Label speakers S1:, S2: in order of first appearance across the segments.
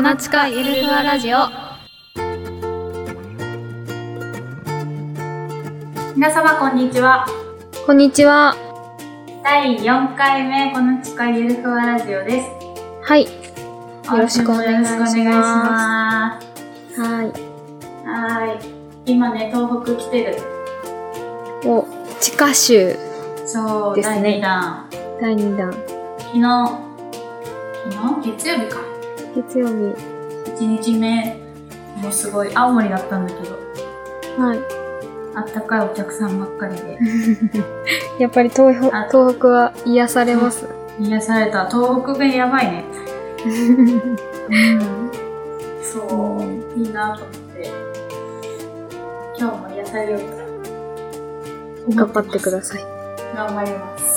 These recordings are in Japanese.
S1: ナチカゆるふわラジオ
S2: 皆様こんにちは
S1: こんにちは
S2: 第4回目この地下ゆるふわラジオです
S1: はいよろしくお願いします
S2: よろくお願いします
S1: はい
S2: はーい今ね東北来てる
S1: お地下集
S2: そう
S1: ですね第
S2: 第2弾
S1: 2弾
S2: 昨日昨日月曜日か
S1: 月曜日
S2: 1日目もうすごい青森だったんだけど
S1: は
S2: あったかいお客さんばっか りで
S1: いやっぱり東北
S2: あ
S1: 東北は癒されます
S2: 癒された東北弁やばいねうんそういいなと思って今日も癒されようと
S1: 頑張ってください
S2: 頑張ります。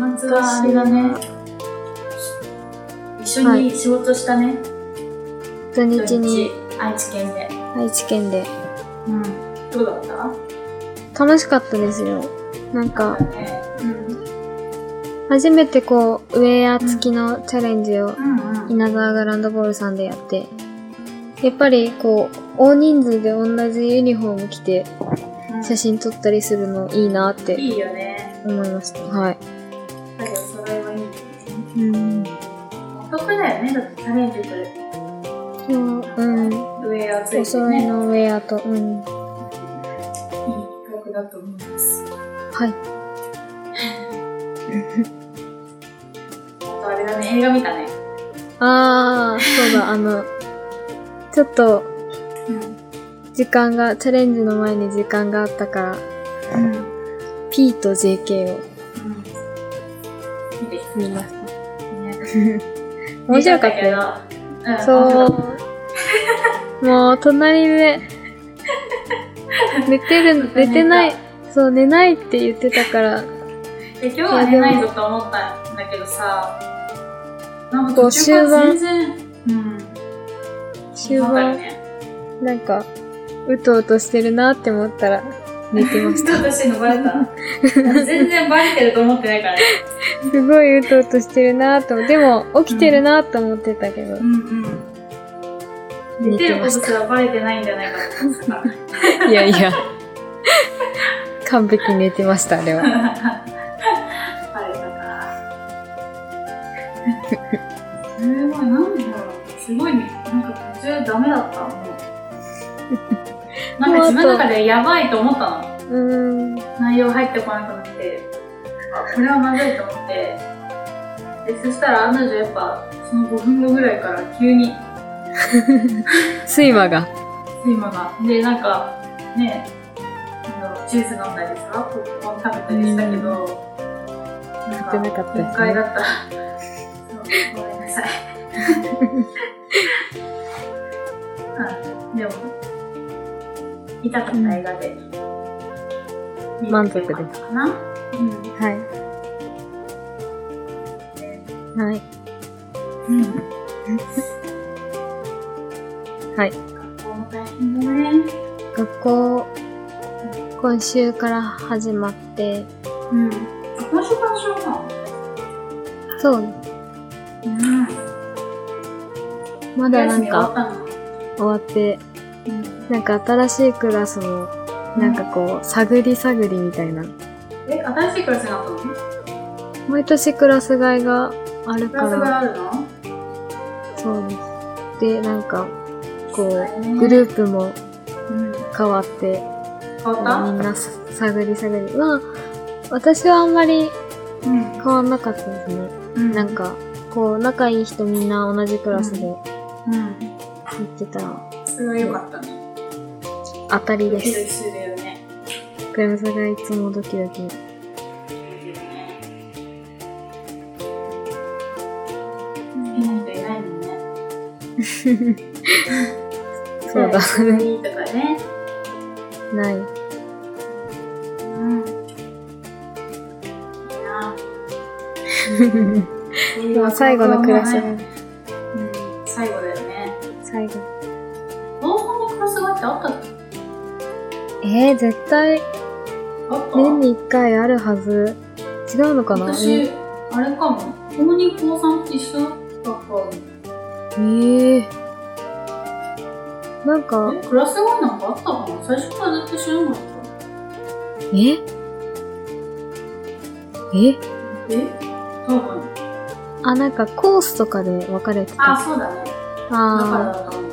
S2: まずはあれだね。一緒に仕事したね。
S1: 土日に
S2: 土日愛知県で。
S1: 愛知県で
S2: うん。どうだった？
S1: 楽しかったですよなんか
S2: ね。うん。
S1: 初めてこうウェア付きのチャレンジを
S2: うんうん。
S1: 稲沢グランドボールさんでやってやっぱりこう大人数で同じユニフォーム着て写真撮ったりするのいいなって
S2: いいよね。
S1: 思いました。はい。
S2: だけどそれはいいよね。
S1: うん。
S2: お得だよね。だってチャレンジする。
S1: うん。
S2: ウェアつ
S1: お
S2: いて
S1: 揃い
S2: ね。
S1: のウェアと、うん。
S2: いい企画だと思います。
S1: はい。
S2: あとあれだね。映画見たね。
S1: ああ、そうだ、あの、ちょっと
S2: うん。
S1: 時間が、チャレンジの前に時間があったから、
S2: うん。
S1: P と JK を
S2: 見てき
S1: 見ました。
S2: たね。
S1: 面白かったよ。
S2: 見たけど。うん。
S1: そう。 もう、隣で、寝て る、寝てない、そう、寝ないって言ってたから、
S2: で今日は寝ないぞと思ったんだけどさなんか途中から全然うん
S1: 終
S2: わかる
S1: 盤、
S2: ね
S1: なんか、うとうとしてるなって思ったら、寝てまし
S2: ち
S1: た
S2: ょっ。としてんのバレた全然バレてると思ってないからね
S1: すごいうとうとしてるなと思って、でも起きてるなと思ってたけど
S2: う、んうん
S1: 寝
S2: 寝て
S1: て
S2: るこ
S1: ま
S2: と
S1: し
S2: すらバレてないんじゃないかと思って
S1: た。
S2: た
S1: いやいや、完璧に寝てました、あれは。
S2: バレたかすごいなんだろうすごいねなんか途中ダメだったもうなんか自分の中でやばいと思ったの
S1: うーん、
S2: 内容入ってこなくなってあこれはまずいと思ってでそしたら案の定やっぱその5分後ぐらいから急に
S1: 睡魔が。
S2: 睡魔がでなんかねなんだろうジュース飲んだりさポップコーン食べたりしたけど、なん
S1: 食べなかったですね
S2: 限界だったそうごめんなさい あでも痛かった映画で、
S1: 満足です
S2: 見れてよかったかな、うん
S1: はい。はい。
S2: うん
S1: はい。
S2: 学校も大変だね。
S1: 学校、今週から始まって、
S2: うん。あ、今週からしようか。
S1: そう、
S2: うん。
S1: ま
S2: ま
S1: だな
S2: だなんん
S1: か
S2: か。
S1: 終わって、なんか新しいクラスも、なんかこう、探り探りみたいな。
S2: え、新しいクラスになったの
S1: 毎年クラス替えがある
S2: ク
S1: か
S2: ラス
S1: ら、
S2: があるの
S1: そうです。で、なんか、こう、グ
S2: グ
S1: ループも
S2: ープ。うん。
S1: 変わって、
S2: 変
S1: み
S2: わっ
S1: んなさ探り探り。まあ、私はあんまり
S2: たうん
S1: 変わんなかったですね。
S2: うん。
S1: なんか、こう、仲いい人みんな同じクラスで行
S2: うん。
S1: ってたら、
S2: それは良かったね。
S1: 当たり
S2: ド
S1: で
S2: キドキ
S1: す。
S2: するよね。
S1: クラスがいつもドキドキ。
S2: 好きな人いないもんね。
S1: そうだ。
S2: いいとかね。
S1: ない。
S2: うん。いいな。
S1: でも最後のクラス
S2: うん、最後だよね。
S1: 最後。
S2: 高校のクラスがってあったっけ
S1: えー、絶対、
S2: あった
S1: 年に一回あるはず。違うのかな
S2: 私、あれかも。高2高3って一緒だったかそう
S1: ええなんか、
S2: えクラスワンなんかあったかな最初から絶対知らなかった
S1: ええ
S2: え多分
S1: あ、なんかコースとかで分かれてた。
S2: あそうだねだから
S1: あ
S2: だと思う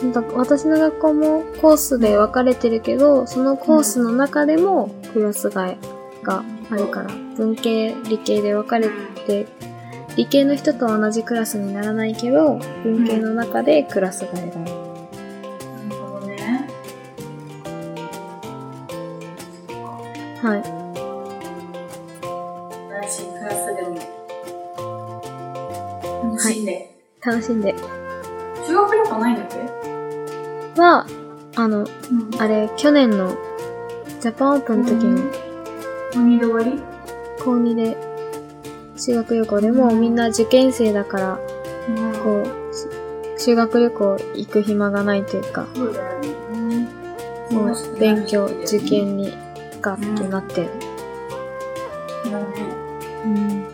S1: ーなんか私の学校もコースで分かれてるけど、そのコースの中でもクラス外があるから、文系、理系で分かれて、理系の人と同じクラスにならないけど、文系の中でクラス外がある。
S2: なるほどね
S1: はい。
S2: 来週クラスでも楽しいね、
S1: 楽しんで。
S2: 修学旅行ないんだっけ
S1: は、あの、
S2: うん
S1: あれ、去年のジャパンオープンの時に、
S2: 鬼で終わり
S1: 高2で修学旅行でもうみんな受験生だから、
S2: うん
S1: こう、し修学旅行行く暇がないというか、
S2: そうだよね
S1: も
S2: 忙し
S1: う
S2: くな
S1: 勉
S2: る時期だ
S1: 強、
S2: よね
S1: 受験にガッてなってる。
S2: だね
S1: うん。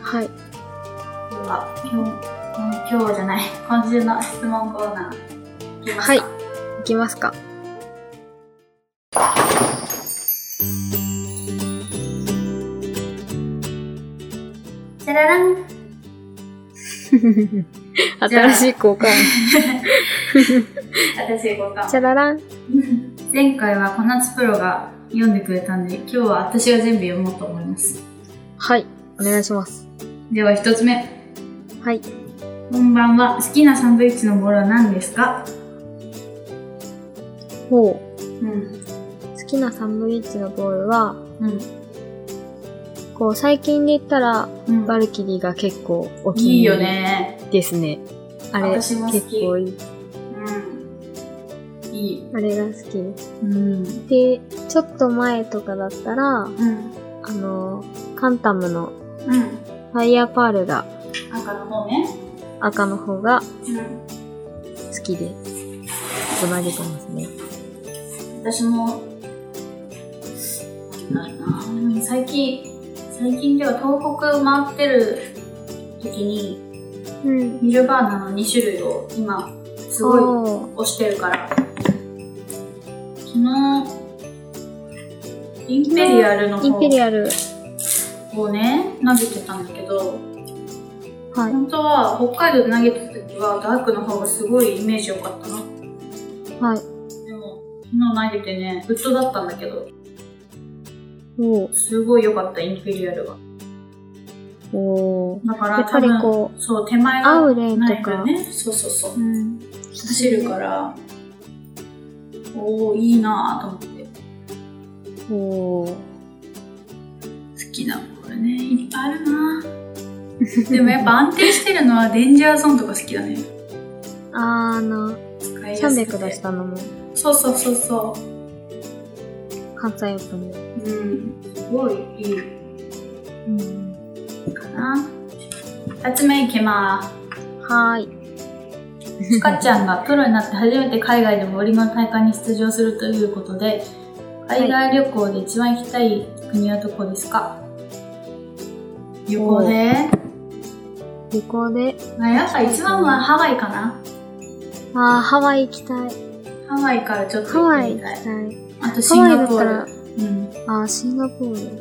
S1: はい。
S2: あ、今日、今日じゃない、今週の質問コーナー。きます
S1: はい。行きますか。
S2: じゃららん。
S1: 新しい交換。
S2: 私、行こうか
S1: チ。ャララン。
S2: 前回は小夏プロが読んでくれたんで、今日は私が全部読もうと思います。
S1: はい。お願いします。
S2: では、一つ目。
S1: はい。
S2: こんばんは。好きなサンドイッチのボールは何ですか
S1: ほ
S2: うん。
S1: う。好きなサンドイッチのボールは、
S2: うん。
S1: こう、最近で言ったら、
S2: うん
S1: バルキリーが結構お気
S2: いい
S1: に
S2: よ
S1: 入り
S2: ね。
S1: ですね。あれ、
S2: 私
S1: 結
S2: も好き
S1: 構いい。
S2: うん。いい。
S1: あれが好きです。
S2: うん。
S1: で、ちょっと前とかだったら、
S2: うん。
S1: あの、カンタムの
S2: うん。
S1: ファイヤーパールが、
S2: 赤の方ね。
S1: 赤の方が
S2: うん。
S1: 好きです。ちょっと投げてますね。
S2: 私も、なんだろうな、最近、最近では東北回ってる時に、
S1: うん。
S2: ニルバーナの2種類を今、すごい
S1: おー
S2: 推してるから、昨日、インペリアルの
S1: インペリ
S2: 方
S1: アル。
S2: をね、投げてたんだけど、
S1: はい。
S2: 本当は北海道で投げてた時はダークの方がすごいイメージ良かったの。
S1: はい。
S2: でも、昨日投げてね、ウッドだったんだけど、
S1: おー
S2: すごい良かった、インペリアルが。
S1: おー
S2: だか
S1: や
S2: ら
S1: っぱりこ
S2: うそう手前
S1: ア
S2: が
S1: ウレイ
S2: ない
S1: と
S2: から
S1: か、
S2: ねそうそうそう
S1: うん。
S2: 走るからおおいいなぁと思って
S1: おー
S2: 好きなこれねいっぱいあるな ぁでもやっぱ安定してるのはデンジャーゾーンとか好きだね
S1: あーあの、
S2: 使いやすく
S1: 300出してたのも
S2: そうそうそうそ
S1: 関西オープンで。
S2: ううんすごいいい
S1: うん。
S2: かな2つ目いきま
S1: はーい。
S2: すかっちゃんがプロになって初めて海外でも折りの大会に出場するということで海外旅行で一番行きたい国はどこですか旅行で
S1: 旅行で、
S2: まあ、やっぱ一番はハワイかな
S1: あーハワイ行きたい。
S2: ハワイからちょっと
S1: ハ
S2: 行っ
S1: ワ
S2: て
S1: イ行
S2: み
S1: きた
S2: たい
S1: い。
S2: あとシ
S1: ハ
S2: ン
S1: ワイだ
S2: ガポ
S1: った
S2: ー
S1: ら
S2: ル、うん
S1: あーシンガポー
S2: うん、
S1: ル。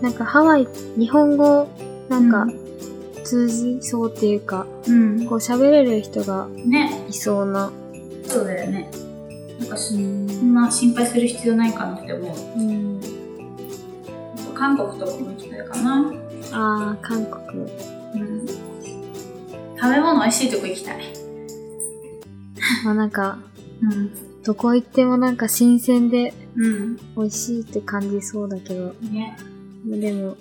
S1: なんかハワイ、日本語、なんか通じそうっていうか、
S2: うん、
S1: こう喋れる人が
S2: ね
S1: いそうな。
S2: そうだよねなんか
S1: う
S2: そ
S1: ん。
S2: んな心配する必要ないかなって思う
S1: うん、
S2: 韓国とかも行きたいかな、
S1: あー韓国。
S2: うん、食べ物美味しいとこ行きたい、
S1: まあなんか、
S2: うん
S1: どこ行ってもなんか新鮮で
S2: うん
S1: 美味しいって感じそうだけど、
S2: ね
S1: でも、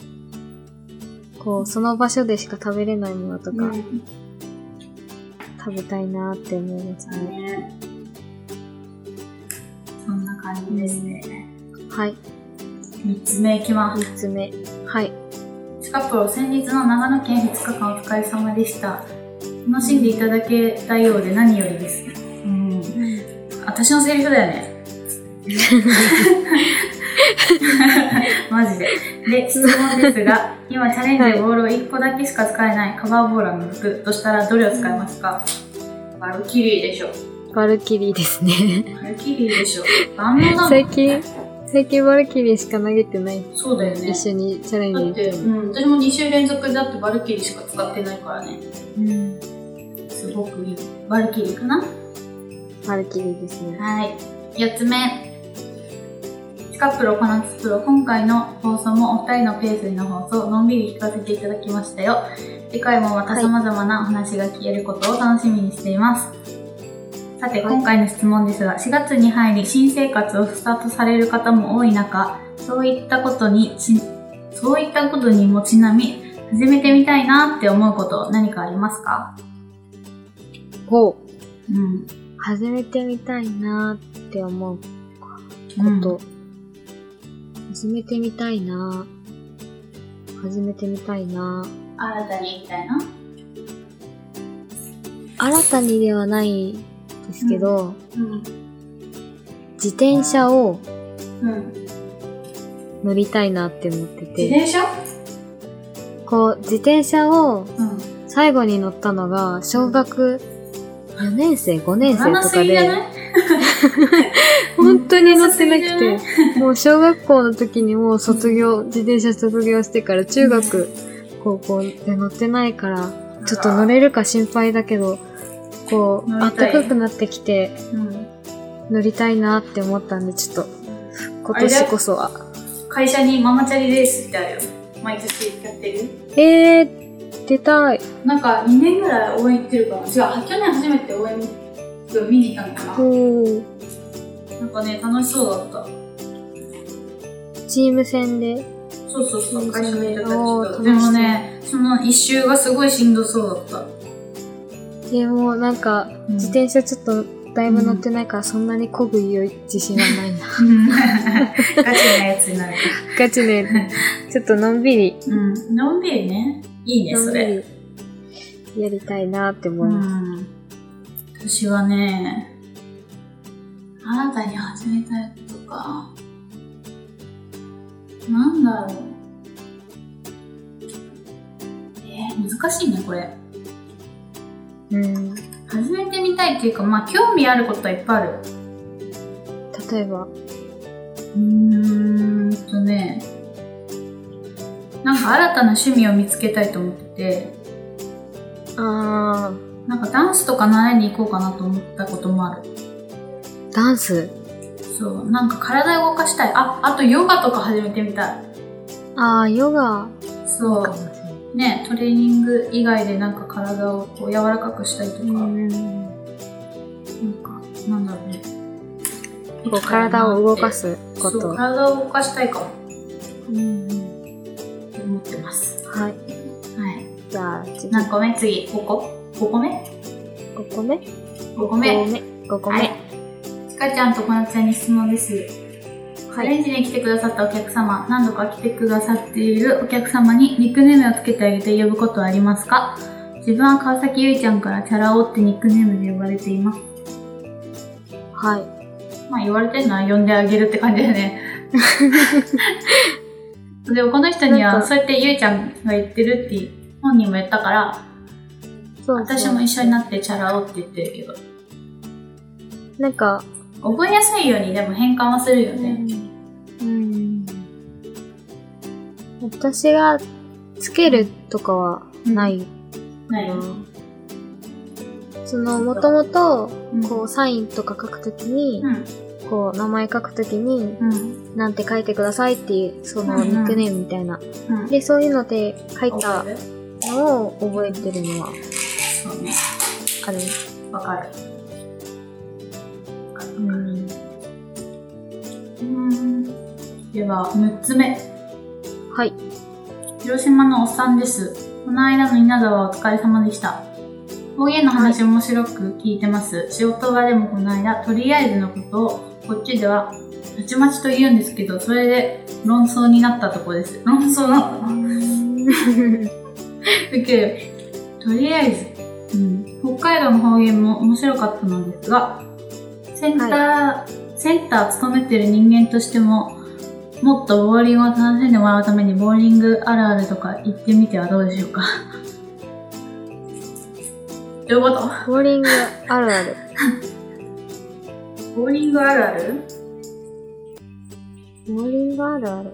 S1: こう、その場所でしか食べれないものとか
S2: うん
S1: 食べたいなって思いますね。
S2: ねそんな感じですね
S1: はい。
S2: 3つ目いきます
S1: 3つ目。はい。
S2: スカプロ先日の長野県2日間お疲れ様でした楽しんでいただけたようで何よりですうん私のセリフだよねマジで。で、質問ですが、今チャレンジでボールを1個だけしか使えないカバーボーラーの服としたらどれを使いますかバルキリーでしょ。
S1: バルキリーですね。
S2: バルキリーでしょ。万能なの
S1: 最近、最近バルキリーしか投げてない。
S2: そうだよね。
S1: 一緒にチャレン
S2: だ
S1: ジ行
S2: っ、
S1: ってて
S2: う
S1: も。
S2: ん、私も2週連続だってバルキリーしか使ってないからね。
S1: うん。
S2: すごくいい。バルキリーかな
S1: バルキリーですね。
S2: はい。4つ目。シカプロ、パナツプロ、今回の放送もお二人のペースの放送、のんびり聞かせていただきましたよ。次回もまた様々なお話が聞けることを楽しみにしています。さて、
S1: はい
S2: 今回の質問ですが、4月に入り新生活をスタートされる方も多い中、そういったことにち、そういったことにもちなみ、始めてみたいなって思うこと何かありますか
S1: ほう。
S2: うん。
S1: 始めてみたいなーって思うこ
S2: うん
S1: と。始めてみたいなー始めてみたいなー
S2: 新たにみたいな。
S1: 新たにではないですけど、
S2: うん。
S1: 自転車を
S2: うん。
S1: 乗りたいなって思って
S2: 自
S1: て、
S2: 転車
S1: こう、自転車を
S2: うん。
S1: 最後に乗ったのが、小学4年生、5年生とか
S2: じゃ
S1: で、
S2: ない
S1: 本当に乗ってな
S2: 七
S1: くて、 もう小学校の時にもう卒業、自転車卒業してから中学、高校で乗ってないから、ちょっと乗れるか心配だけど、こう、
S2: 乗
S1: 暖
S2: りたい
S1: かくなってきて
S2: うん。
S1: 乗りたいなって思ったんで、ちょっと今年こそは。
S2: 会社にママチャリレースってあるよ。毎年やってる。
S1: えー、出たい。
S2: なんか2年ぐらい応援行ってるから、違う、去年初めて応援見に行ったのか
S1: お
S2: な。なんかね、楽しそうだった。
S1: チーム戦で。
S2: そうそうそ
S1: そう
S2: う、会社に行った時
S1: おー
S2: と
S1: 楽しそう
S2: でもね、その一周がすごいしんどそうだった。
S1: でもなんか、
S2: うん
S1: 自転車ちょっとだいぶ乗ってないから、そんなに漕ぐ自信はないな。
S2: ガチなやつになる。
S1: ガチ ね、ちょっとのんびり、
S2: うん。のんびりね。いいね、
S1: のん
S2: そ
S1: び
S2: れ。
S1: りやりたいなって思い
S2: う
S1: ます。
S2: ん。私はね、新たに始めたいことか。なんだろう。えー、難しいね、これ。
S1: うん。
S2: 始めてみたいっていうか、まあ、興味あることはいっぱいある。
S1: 例えば、
S2: うーんとね、なんか新たな趣味を見つけたいと思ってて、
S1: あ
S2: なんかダンスとか習いに行こうかなと思ったこともある。
S1: ー、ダンス。
S2: そう、なんか体を動かしたい。あ、あとヨガとか始めてみたい。
S1: あー、ヨガ
S2: そ
S1: かも
S2: う
S1: し。れない。
S2: ね、トレーニング以外でなんか体をこう柔らかくしたりとか、なん
S1: うん
S2: か、なんだろうね。
S1: こう体を動かすこ
S2: そう、
S1: と。
S2: 体を動かしたいかも
S1: うんうん
S2: って思ってます。
S1: はい。
S2: はい。
S1: じゃあ、次、
S2: 何個目次、5個 ?5 個目
S1: 5個目
S2: ?5 個目。
S1: 5個目。
S2: はい。ちかちゃんとこなつちゃんに質問です。チャ
S1: はい。
S2: レンジに来てくださったお客様、何度か来てくださっているお客様にニックネームをつけてあげて呼ぶことはありますか自分は川崎ゆいちゃんからチャラ男ってニックネームで呼ばれています。
S1: はい。
S2: まあ言われてるのは呼んであげるって感じだ よね。でもこの人に
S1: なん
S2: は
S1: か
S2: そうやってゆいちゃんが言ってるって本人も言ったから、
S1: そうそう
S2: 私も一緒になってチャラ男って言ってるけど、
S1: なんか、
S2: 覚えやすいようにでも変換はするよね。
S1: うん、私がつけるとかはない
S2: な
S1: か
S2: い
S1: な、
S2: よ。
S1: そのもともとこ
S2: う
S1: うサインとか書くときに、
S2: ん。
S1: こう名前書くときに
S2: うん。うん。
S1: なんて書いてくださいっていうその
S2: うんうん
S1: ニックネームみたいな、
S2: うん。
S1: でそういうので書いた
S2: 覚える
S1: のを覚えてるのは
S2: そうね。
S1: ある、
S2: わかる。
S1: うん、
S2: うん。では、6つ目。
S1: はい
S2: 広島のおっさんです。この間の稲田はお疲れ様でした。方言の話面白く聞いてます。仕事場でもこの間、とりあえずのことを、こっちでは、たちまちと言うんですけど、それで論争になったとこです。論争なの 受ける。とりあえず、うん、北海道の方言も面白かったのですが、センター、センター勤めてる人間としても、もっとボーリングを楽しんでもらうためにボーリングあるあるとか言ってみてはどうで しょうかどういうこと
S1: ボーリングあるある。
S2: ボーリングあるある
S1: ボーリングあるある。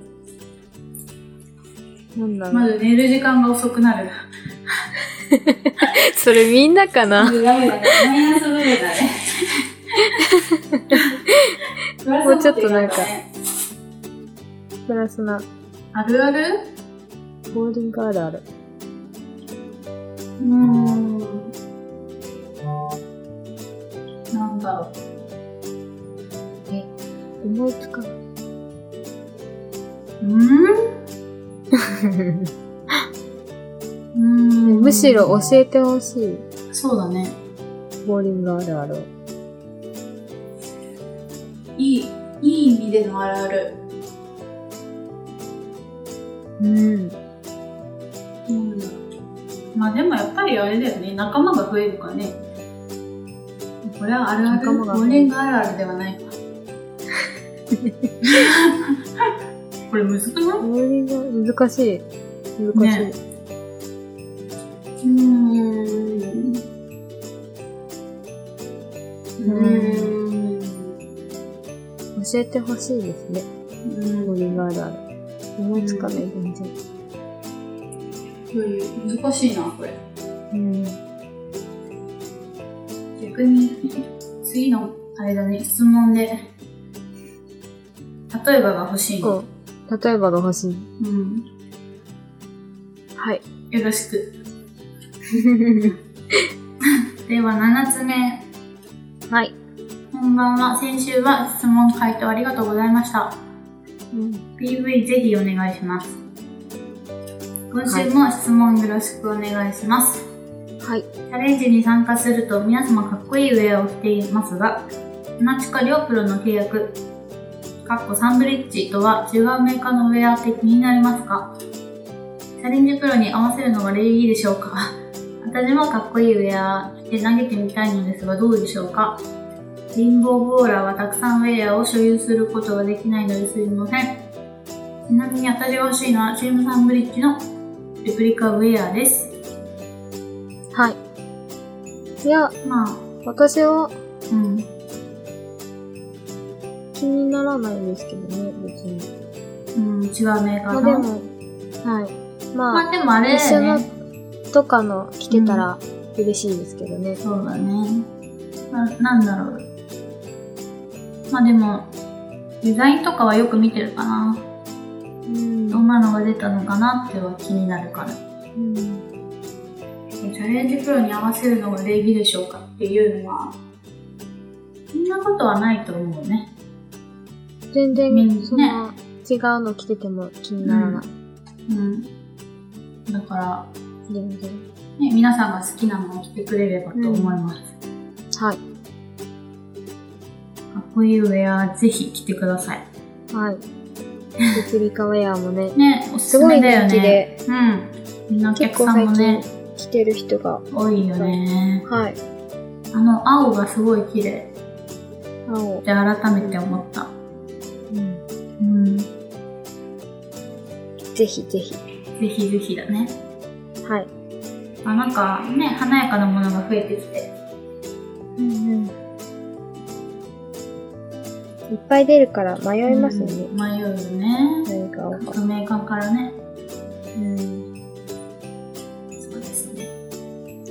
S1: なんだろう。
S2: まず寝る時間が遅くなる。
S1: それみんなかな
S2: ダメだね。マイナスブレだね。
S1: もうちょっとなんかプラスな。
S2: あるある
S1: ボーリングあるある。
S2: うん。なんだろ
S1: 思いつか ない。
S2: う。うんうん
S1: むしろ教えてほしい。
S2: そうだね。
S1: ボーリングあるあるを。
S2: いい、いい意味でのあるある。
S1: うん。
S2: うん。まあでもやっぱりあれだよね。仲間が増えるからね。これはあるある。
S1: 仲間が増える
S2: ボーリングあるあるでは ないか。これ難くない
S1: ボーリング難しい。難しい。
S2: うーん。うーん。
S1: 教えてほしいですね。ボーリングあるある。思いつかない、全然。
S2: うん。難しいな、これ。
S1: うん。
S2: 逆に、次の、あれだね、質問で。例えばが欲しいの。
S1: こう、例えばが欲しい。
S2: うん。
S1: はい。
S2: よろしく。では、7つ目。
S1: はい。
S2: こんばんは。先週は質問回答ありがとうございました。
S1: うん。
S2: PV ぜひお願いします。今週も質問よろしくお願いします。
S1: はい。
S2: チャレンジに参加すると皆様かっこいいウェアを着ていますが、ナチカ両プロの契約、かっこサンブリッジとは違うメーカーのウェアって気になりますかチャレンジプロに合わせるのが礼儀でしょうか私もかっこいいウェア着て投げてみたいのですがどうでしょうかリンボーボーラーはたくさんウェアを所有することができないのですいません。ちなみに私が欲しいのはチームサンブリッジのレプリカウェアです。
S1: はい。いや、
S2: まあ、
S1: 私は
S2: うん。
S1: 気にならないんですけどね、別に。
S2: うん、違うメーカ
S1: まあ
S2: ーの。
S1: でも、はい。まあ、
S2: まあでもあれだ
S1: 一緒
S2: よ
S1: の
S2: ね。
S1: とかの聞けたら嬉しいですけどね。
S2: そうだね。ななんだろう。まあでも、デザインとかはよく見てるかな。
S1: うん
S2: どんなのが出たのかなっては気になるから。
S1: うん。
S2: チャレンジプロに合わせるのが礼儀でしょうかっていうのは、そんなことはないと思うね。
S1: 全
S2: み
S1: 然、
S2: んな
S1: そんな違うの着てても気にならない。
S2: うん。だから、
S1: 全然。
S2: ね、皆さんが好きなものを着てくれればと思います。
S1: はい。
S2: かっこいいウェア、ぜひ着てください。
S1: はい。レプリカウェアもね、
S2: ね、おす
S1: す
S2: す
S1: ごい
S2: めだよ
S1: 人
S2: ね。
S1: 気で、
S2: うん。みんなお客
S1: 結構
S2: さ
S1: 最
S2: んも
S1: 近
S2: ね、
S1: 着てる人が、
S2: 多いよね。
S1: はい。
S2: あの青がすごい綺麗っ
S1: 青。
S2: て改めて思った。
S1: うん。
S2: うん。ぜ
S1: ぜひぜひ。
S2: ひぜひだね。
S1: はい。
S2: あなんかね、華やかなものが増えてきて。
S1: うんうん。いっぱい出るから迷いますよね。
S2: うん迷うよね。
S1: 何かを。
S2: 各メーカーからね。
S1: うん。
S2: そうですね。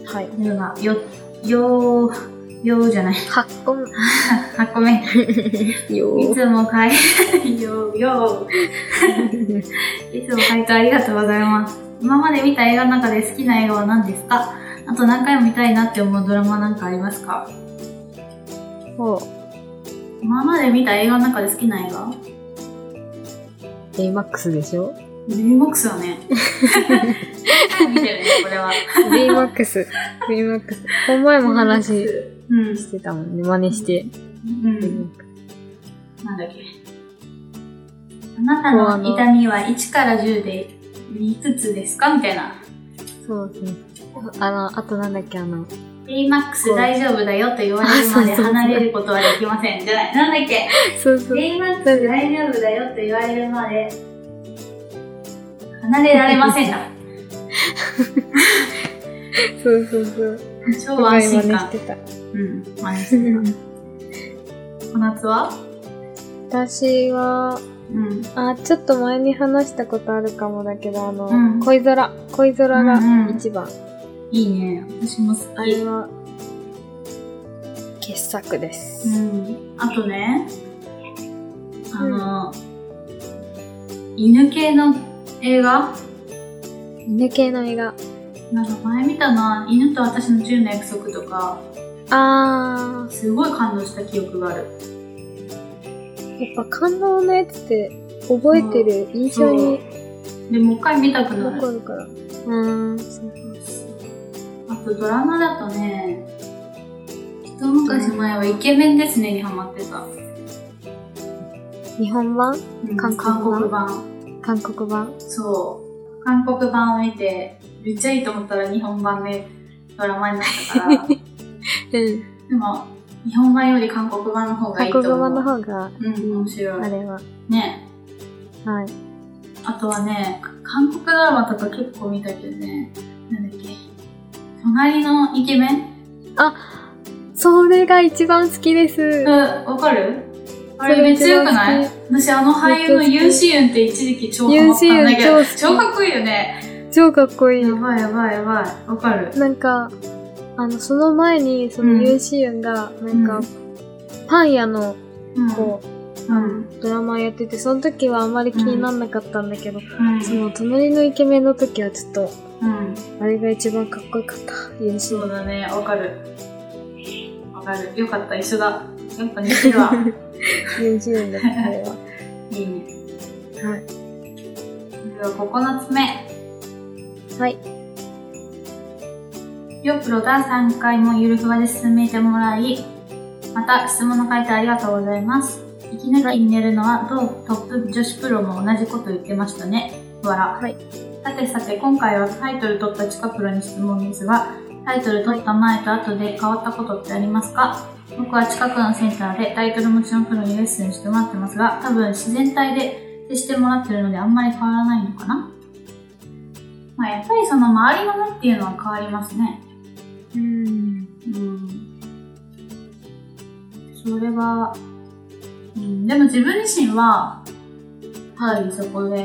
S1: はい。
S2: では、よ、よう、ようじゃない。
S1: かっこ
S2: あ、ごめん。
S1: いいよ
S2: いつも買い、よう、よう。いつも回答ありがとうございます。今まで見た映画の中で好きな映画は何ですかあと何回も見たいなって思うドラマなんかありますか
S1: ほう。
S2: 今まで見た映画の中で好きな映画
S1: DMAX でしょ
S2: ?DMAX よね。見てるね、これは。
S1: ?DMAX。DMAX。この前も話し
S2: うん。
S1: てたもんね。真似して。
S2: うん。なんだっけ。あなたの痛みは1から10でいくつですかみたいな。
S1: そうですね。あの、あとなんだっけ、あの、
S2: ピ J-MAX 大丈夫だよと言われるまで離れることはできません。じゃない。なんだっけ
S1: そうそう。
S2: ?J-MAX 大丈夫だよと言われるまで離れられませんだ。
S1: そうそうそう。
S2: 超安
S1: 真
S2: 心
S1: 似
S2: 感
S1: し。てた。
S2: うん、真似してた。小夏は
S1: 私は、
S2: うん。
S1: あ、ちょっと前に話したことあるかもだけど、あの、
S2: うん
S1: 恋空。恋空が
S2: うんうん
S1: 一番。
S2: いいね。私も
S1: あ
S2: 好き。
S1: れは、傑作です。
S2: うん。あとね、あの、犬系の映画
S1: 犬系の映画。
S2: なんか前見たな、犬と私の10の約束とか、
S1: あ
S2: すごい感動した記憶がある。
S1: ー、やっぱ感動のやつって覚えてる印象に
S2: でもう一回見たくな
S1: 残
S2: る。
S1: るから。うん、そう
S2: あとドラマだとね、一昔前はイケメンですねにハマってた。
S1: 日本版
S2: うん
S1: 韓国版
S2: 韓国版。
S1: 韓国版
S2: そう。韓国版を見て、めっちゃいいと思ったら日本版でドラマになっ たから。で
S1: うん。
S2: も、日本版より韓国版の方がい
S1: 韓
S2: いと
S1: 国
S2: 思
S1: 版
S2: う。
S1: の方が、
S2: うん、面白
S1: あ
S2: い。
S1: れは。
S2: ね。
S1: はい。
S2: あとはね、韓国ドラマとか結構見たけどね、なんだっけ、隣のイケメン
S1: それが一番好きです
S2: うん。わかるあれ
S1: それ
S2: めっちゃ良くない
S1: 一
S2: 私あの俳優の
S1: めっちゃ好き
S2: ユンシユンって一時期超ハマったんだけ
S1: ユ
S2: ど
S1: ンシユン超好き
S2: 超かっこいいよね
S1: 超かっこいい
S2: や。ばいやばいやばいわかる
S1: なんか、あの、その前に、そ
S2: うん
S1: のユーシユンが、なんか、
S2: うん
S1: パン屋の、
S2: うん
S1: こ
S2: うんうん
S1: う、ドラマやってて、その時はあんまり気になんなかったんだけど、そ
S2: うん
S1: の、隣のイケメンの時はちょっと、
S2: うん
S1: あれが一番かっこよかった。ユーシユ
S2: そう
S1: ン。
S2: だねわかるわかるよかった一緒だやっぱ似てるわ
S1: ユーシユンだった、あれは。
S2: いいね
S1: はい。
S2: では9つ目
S1: はい。
S2: よプロが3回もゆるふわで進めてもらい、また質問の回答ありがとうございます。息抜きに寝るのは同トップ女子プロも同じこと言ってましたね。わら。
S1: はい
S2: さてさて、今回はタイトル取った地下プロに質問ですが、タイトル取った前と後で変わったことってありますか僕は近くのセンターでタイトル持ちのプロにレッスンしてもらってますが、多分自然体で接してもらってるのであんまり変わらないのかなまあやっぱりその周りの目っていうのは変わりますね。
S1: うん。
S2: うんそれは、うん、でも自分自身は、かなりそこで、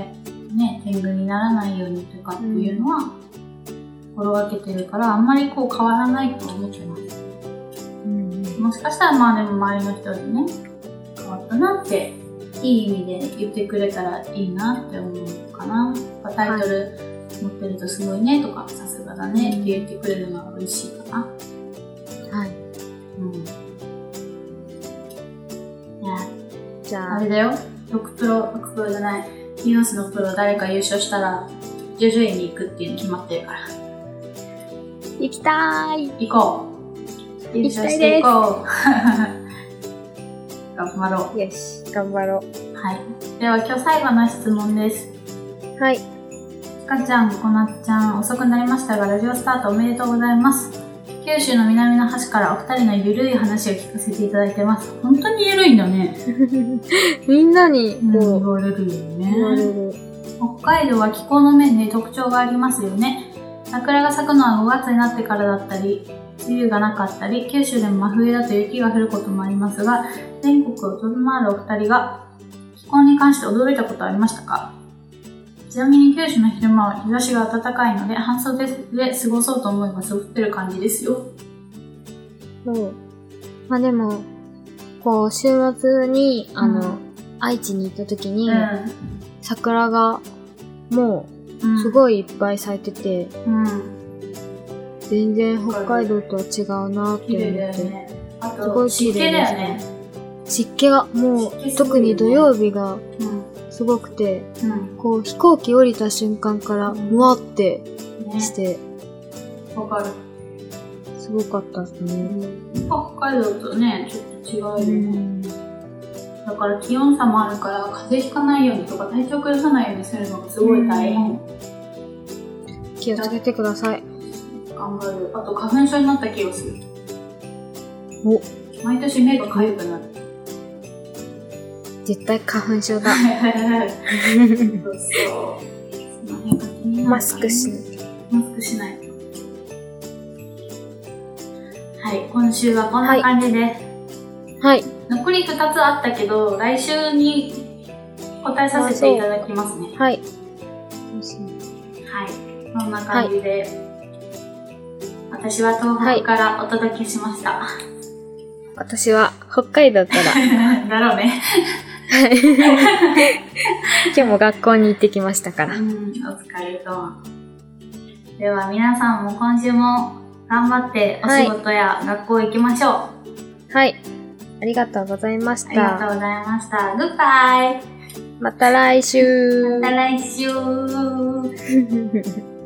S2: ね、天狗にならないようにとかっていうのは、心がけてるから、あんまりこう変わらないと思ってます。
S1: うん。
S2: もしかしたら、まあでも周りの人でね、変わったなって、いい意味で言ってくれたらいいなって思うかな。やっぱタイトル持ってるとすごいねとか、さすがだねって言ってくれるのが嬉しいかな。
S1: はい。
S2: うん。いや、
S1: じ
S2: あ
S1: ゃあ、
S2: れだよ。6プロ、6プロじゃない。ニュースのプロ誰か優勝したら、ジョジョイに行くっていうの決まってるから。
S1: 行きたーい。
S2: 行こう。優
S1: 行き
S2: 勝
S1: たいです
S2: していこう。頑張ろ
S1: よし、頑張ろ
S2: う。はい。では今日最後の質問です。
S1: う。はい。
S2: かちゃん、こなっちゃん、遅くなりましたが、ラジオスタートおめでとうございます。九州の南の端からお二人のゆるい話を聞かせていただいてます。本当にゆるいんだね。
S1: みんなに、
S2: 言
S1: こ
S2: われるよね。
S1: う、言われる。
S2: 北海道は気候の面で特徴がありますよね桜が咲くのは5月になってからだったり梅雨がなかったり九州でも真冬だと雪が降ることもありますが全国を飛び回るお二人が気候に関して驚いたことはありましたかちなみに九州の昼間は日差しが暖かいので半袖で過ごそうと思えば過ごってる感じですよ
S1: そう。まあでも、こう、週末に、あの、
S2: う
S1: 愛知に行った時に、
S2: う
S1: 桜が、もう、
S2: ん
S1: す
S2: い
S1: ごいいっぱい咲いてて、
S2: うん
S1: 全然北海道とは違うなって
S2: 綺麗だ
S1: 思っ
S2: よ
S1: て。
S2: ねあ
S1: すご
S2: と
S1: い綺
S2: 湿気だ
S1: 麗
S2: よ
S1: です
S2: ね
S1: 湿気が、もう、
S2: 湿気すごいよね
S1: 特に土曜日が
S2: うん
S1: すごくて、
S2: うん
S1: こう、飛行機降りた瞬間から、
S2: うん
S1: むわって
S2: ね
S1: して、
S2: わかる
S1: すごかったですね。
S2: 北海道とねちょっと違うよね、だから気温差もあるから風邪ひかないようにとか体調崩さないようにするのがすごい大変、
S1: 気をつけてください。
S2: 頑張る。あと、花粉症になった気がする。
S1: お
S2: 毎年目が痒くなる。
S1: 絶対花粉 症だ。
S2: はいはいはい。そうそう。その辺が気になる
S1: マスクしな
S2: マスクしない。はい、今週はこんな感じで、
S1: はい。
S2: 残り2つあったけど、来週に答えさせていただきますね。
S1: はい。
S2: はい、そんな感じで、私は東北からお届けしました。
S1: 私は北海道から、
S2: だろうね。
S1: 今日も学校に行ってきましたか
S2: う
S1: ら。
S2: ん、お疲れ様。では皆さんも今週も頑張ってお仕事や学校行きましょう。
S1: はい。ありがとうございまし
S2: ありがと
S1: た。
S2: うございました。グッバイ。
S1: また来週。
S2: また来週。
S1: 来週。